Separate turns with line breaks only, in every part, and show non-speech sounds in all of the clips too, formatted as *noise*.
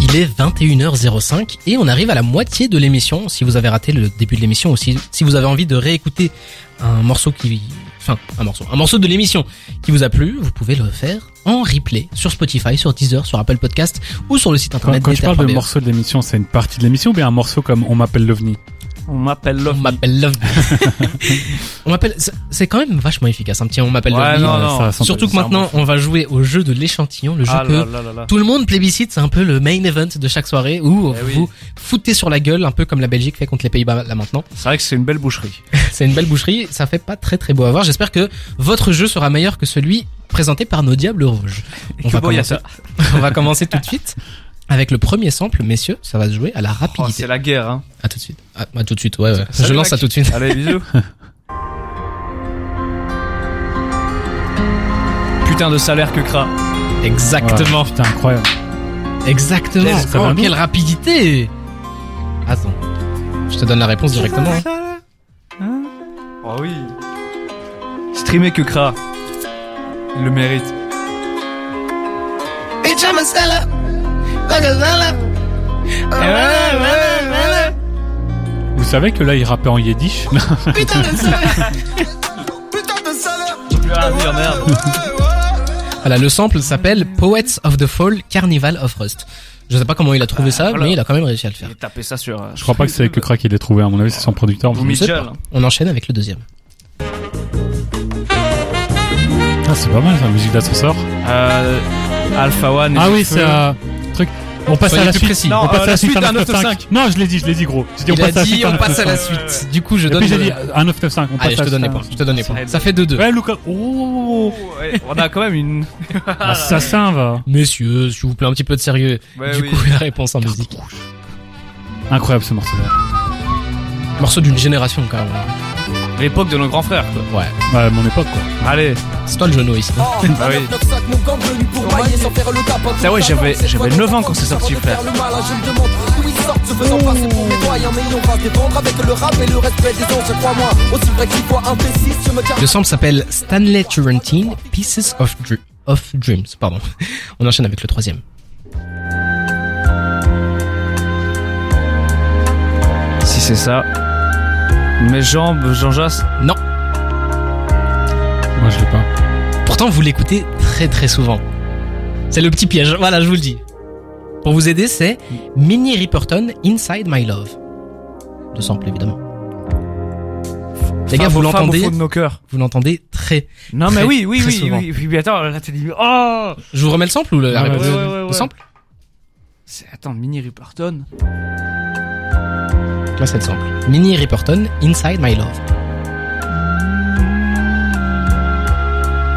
il est 21h05 et on arrive à la moitié de l'émission. Si vous avez raté le début de l'émission ou si, si vous avez envie de réécouter un morceau qui... Enfin, un morceau. Un morceau de l'émission qui vous a plu, vous pouvez le faire en replay sur Spotify, sur Deezer, sur Apple Podcast ou sur le site
Quand,
internet
quand je parle de
DTR.be.
morceau de l'émission, c'est une partie de l'émission ou bien un morceau comme On m'appelle l'OVNI
On m'appelle
On
Love.
m'appelle Love.
*laughs*
on m'appelle. c'est- C'est quand même vachement efficace. Un petit on m'appelle
Ouais,
Love.
non,
Euh,
non.
ça sent
Surtout
pas-
que maintenant, on va jouer au jeu de l'échantillon, le jeu
Ah
que
là là là là.
tout le monde plébiscite. C'est un peu le main event de chaque soirée où
Eh
vous foutez sur la gueule, un peu comme la Belgique fait contre les Pays-Bas là maintenant.
C'est vrai que c'est une belle boucherie.
C'est une belle boucherie. Ça fait pas très très beau à voir. J'espère que votre jeu sera meilleur que celui présenté par nos Diables Rouges. On va,
Kubo
commencer,
Yata.
on va commencer tout de suite avec le premier sample, messieurs. Ça va se jouer à la
Oh,
rapidité.
c'est la guerre, hein.
À tout de suite. Ah, à tout de suite. Ouais, ouais.
Salut,
Je lance
mec.
à tout de suite.
Allez,
*laughs*
bisous. Putain de salaire que cra.
Exactement.
Voilà. Putain, incroyable.
Exactement.
Let's go.
Oh, quelle rapidité Attends. Je te donne la réponse directement. hein.
Oh oui. Streamer que cra. Il le mérite.
Eh
Vous savez que là, il rappait en yiddish *laughs*
Plus rien à dire, merde.
*laughs* Voilà, le sample s'appelle Poets of the Fall Carnival of Rust. Je sais pas comment il a trouvé ça,
voilà.
mais il a quand même réussi à le faire.
J'ai tapé ça sur. euh,
Je crois pas que c'est que Crack qui l'ait trouvé, à mon avis, c'est son producteur.
Vous
Je sais
Mitchell.
pas. On enchaîne avec le deuxième.
Ah, c'est pas mal, la musique d'ascenseur.
Euh, Alpha One. et
Ah oui,
Feu.
c'est un truc. On passe
Soyez
à la
plus
suite.
précis.
Non,
on passe
euh,
à
la
la suite
suite
à
d'un
995. Non, je l'ai dit, je l'ai dit gros. J'ai dit,
Il a
passe à
dit on passe à
la suite à 995.
la suite. Du coup, je
Et
donne.
puis j'ai dit
le-
à 995. on
Allez,
passe
je te
à-
donne les points. Je te donne les points. Ça fait 2-2.
Ouais, Lucas. Oh,
Ouais, On a quand même une. *laughs*
Ah.
assassin, va.
Messieurs, s'il vous plaît, un petit peu de sérieux.
Ouais,
du
oui.
coup, la réponse en musique.
Incroyable ce morceau-là.
Morceau d'une génération, quand même.
L'époque de nos grands frères, quoi.
Ouais.
Ouais, mon époque, quoi.
Allez.
C'est toi le genou ici.
Bah oui. Ça ouais, j'avais j'avais 9 ans quand c'est sorti, frère.
Le sample s'appelle Stanley Turrentine, Pieces of, Dr- of Dreams. Pardon. *laughs* On enchaîne avec le troisième.
Si c'est ça. Mes jambes, Jean Jass.
Non.
Moi, je l'ai pas.
Pourtant, vous l'écoutez très très souvent. C'est le petit piège. Voilà, je vous le dis. Pour vous aider, c'est Minnie Riperton Inside My Love. Le sample, évidemment. Les gars, vous l'entendez,
de nos cœurs.
vous l'entendez très.
Non, mais
Très-
oui, oui,
très
oui,
souvent.
oui, oui. Mais attends, là, t'es dit. Oh
Je vous remets le sample ou le, la
Ouais,
réponse
ouais, ouais, ouais,
Le sample
C'est- Attends, Mini Riperton.
Là, c'est le sample. Minnie Riperton Inside My Love.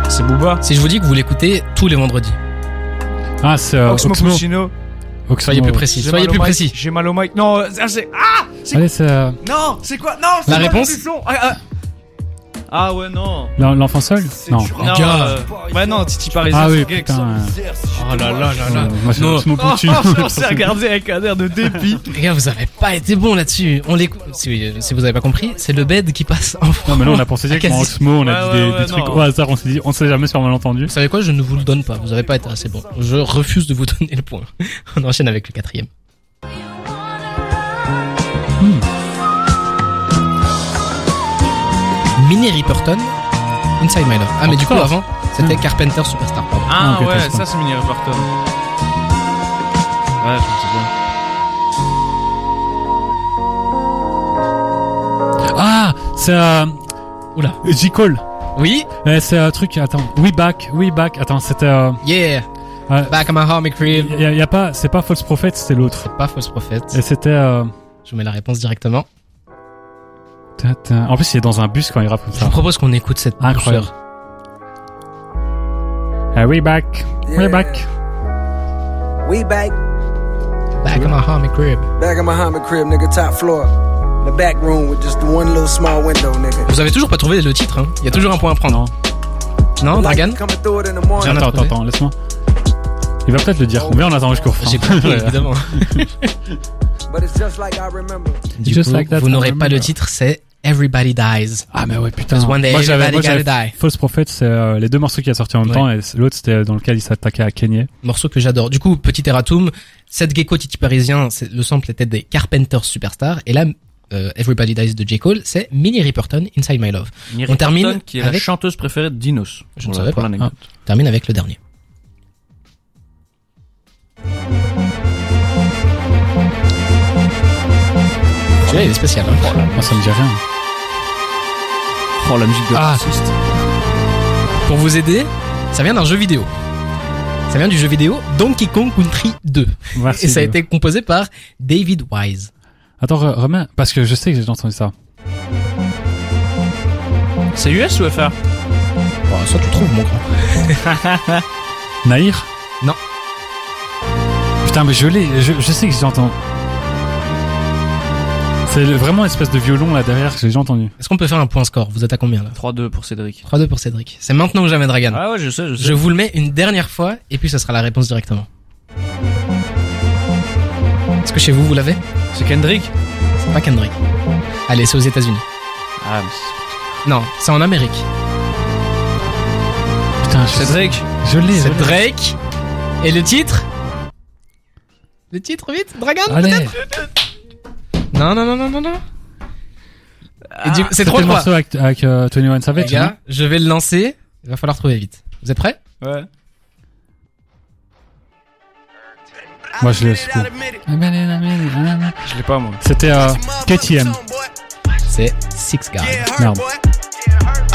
C'est Booba.
Si je vous dis que vous l'écoutez tous les vendredis,
Ah, c'est euh,
Oxmo
Oxmo.
Puccino.
Oxmo.
soyez plus précis.
Oh, J'ai
Soyez
mal au
plus
mic,
précis.
J'ai mal au mic. Non, euh, ah, c'est. Ah C'est-
Allez, c'est euh,
Non, c'est quoi Non, c'est
La
pas le
réponse
plus long. Ah, ah. Ah ouais, non.
l'en- l'enfant seul Non.
Non,
gars.
euh, ouais, non, Titi Parisien.
Ah oui,
c'est gay, ça.
putain.
Oh là là là
euh,
là.
Moi, c'est
Non.
Oxmo
Oh,
*laughs*
Puccino.
*laughs*
*laughs*
on s'est regardé avec un air de dépit.
Les gars, vous avez pas été bon là-dessus. On l'écoute. Si, si vous avez pas compris, c'est le bed qui passe en fond.
Non, mais là, on a pensé directement
Ah, quasi.
Oxmo, on a
Ouais,
dit des,
ouais, ouais,
des trucs
non.
au hasard, on s'est dit, on sait jamais sur un malentendu.
Vous savez quoi Je ne vous le donne pas. Vous avez pas été assez bon. Je refuse de vous *laughs* donner le point. On enchaîne avec le quatrième. Hmm. Minnie Riperton, Inside My Love. Ah, mais du coup,
Encore
avant, c'était
Hmm.
Carpenter Superstar. pardon.
Ah
Ok,
ouais,
t'as
ça c'est Mini Riperton. Ouais, je me souviens.
Ah, c'est euh,
Oula.
J. Cole.
Oui
Eh, c'est un truc, attends. We Back, We Back. Attends, c'était. Euh,
Yeah
Ouais.
Back at my home, crib.
y a, y a pas, c'est pas False Prophet, c'était l'autre.
Pas fausse prophète.
Et c'était. Euh,
Je vous mets la réponse directement.
ta- ta- en plus, il est dans un bus quand il rappe comme
Je vous
ça.
propose qu'on écoute cette
Ah. Incroyable.
douceur.
Ah, we Back, We Back.
We back,
Back at my home, crib.
back at my Muhammad crib, nigga, top floor. The back room with just the one little small window, nigga.
Vous avez toujours pas trouvé le titre, hein Il y a toujours un point à prendre.
Non.
Non,
Light
Oh, Dragan
Coming through it in the morning.
J'en ai
Attends, attends,
trouvé.
attends, laisse-moi. Il va peut-être le dire. Mais on attend jusqu'au fin.
J'ai
*laughs*
compris,
Ouais.
évidemment.
But it's just like I remember.
Du
Just
coup,
like that,
vous n'aurez
I
pas le
remember.
titre, c'est Everybody Dies.
Ah, mais ouais, putain.
'Cause one day
Moi, j'avais,
everybody
moi, j'avais
gotta die.
False Prophet, c'est euh, les deux morceaux qu'il a sortis en même
Ouais.
temps, et c'est- l'autre, c'était euh, dans lequel il s'attaquait à Kanye.
Morceau que j'adore. Du coup, petit erratum, cette gecko titi parisien, c'est- le sample était des Carpenters Superstar, et là, euh, Everybody Dies de J. Cole, c'est Minnie Riperton, Inside My Love.
Niri
On termine
Horton, qui est la
avec-
chanteuse préférée de Dinos.
Je
pour
ne
la-
savais
pour
pas.
l'anecdote.
On termine avec le dernier. Celui-là, il est spécial. hein.
Moi, ça me dit rien.
Oh la musique de
Ah.
l'artiste.
Pour vous aider, ça vient d'un jeu vidéo. Ça vient du jeu vidéo Donkey Kong Country 2.
Merci
et ça a
de-
été composé par David Wise.
Attends, re- remets, parce que je sais que j'ai entendu ça.
C'est US ou FR
Bon, Bah, ça tu trouves, mon grand.
Naïr
Non.
Putain, mais je l'ai, je, je sais que j'ai entendu. C'est le- vraiment l'espèce de violon là derrière que j'ai déjà entendu.
Est-ce qu'on peut faire un point score Vous êtes à combien là
3-2 pour Cédric.
3-2 pour Cédric. C'est maintenant ou jamais Dragan.
Ah ouais, je sais, je sais.
Je vous le mets une dernière fois et puis ça sera la réponse directement. Est-ce que chez vous vous l'avez
C'est Kendrick
C'est pas Kendrick. Allez, c'est aux États-Unis.
Ah, mais c'est-
Non, c'est en Amérique.
Putain, je,
c'est Drake.
je l'ai. je
C'est
l'ai.
Drake. Et le titre Le titre vite, Dragon
Allez,
Non, non, non, non, non, non. Et du- c'est
c'était
trop
le
quoi
morceau avec, avec euh, 21
Les
Savage. non
gars, je vais le lancer. Il va falloir trouver vite. Vous êtes prêts
Ouais.
Moi je l'ai. c'est cool.
Je l'ai pas, moi.
C'était euh, KTM.
C'est Six Guys.
Merde.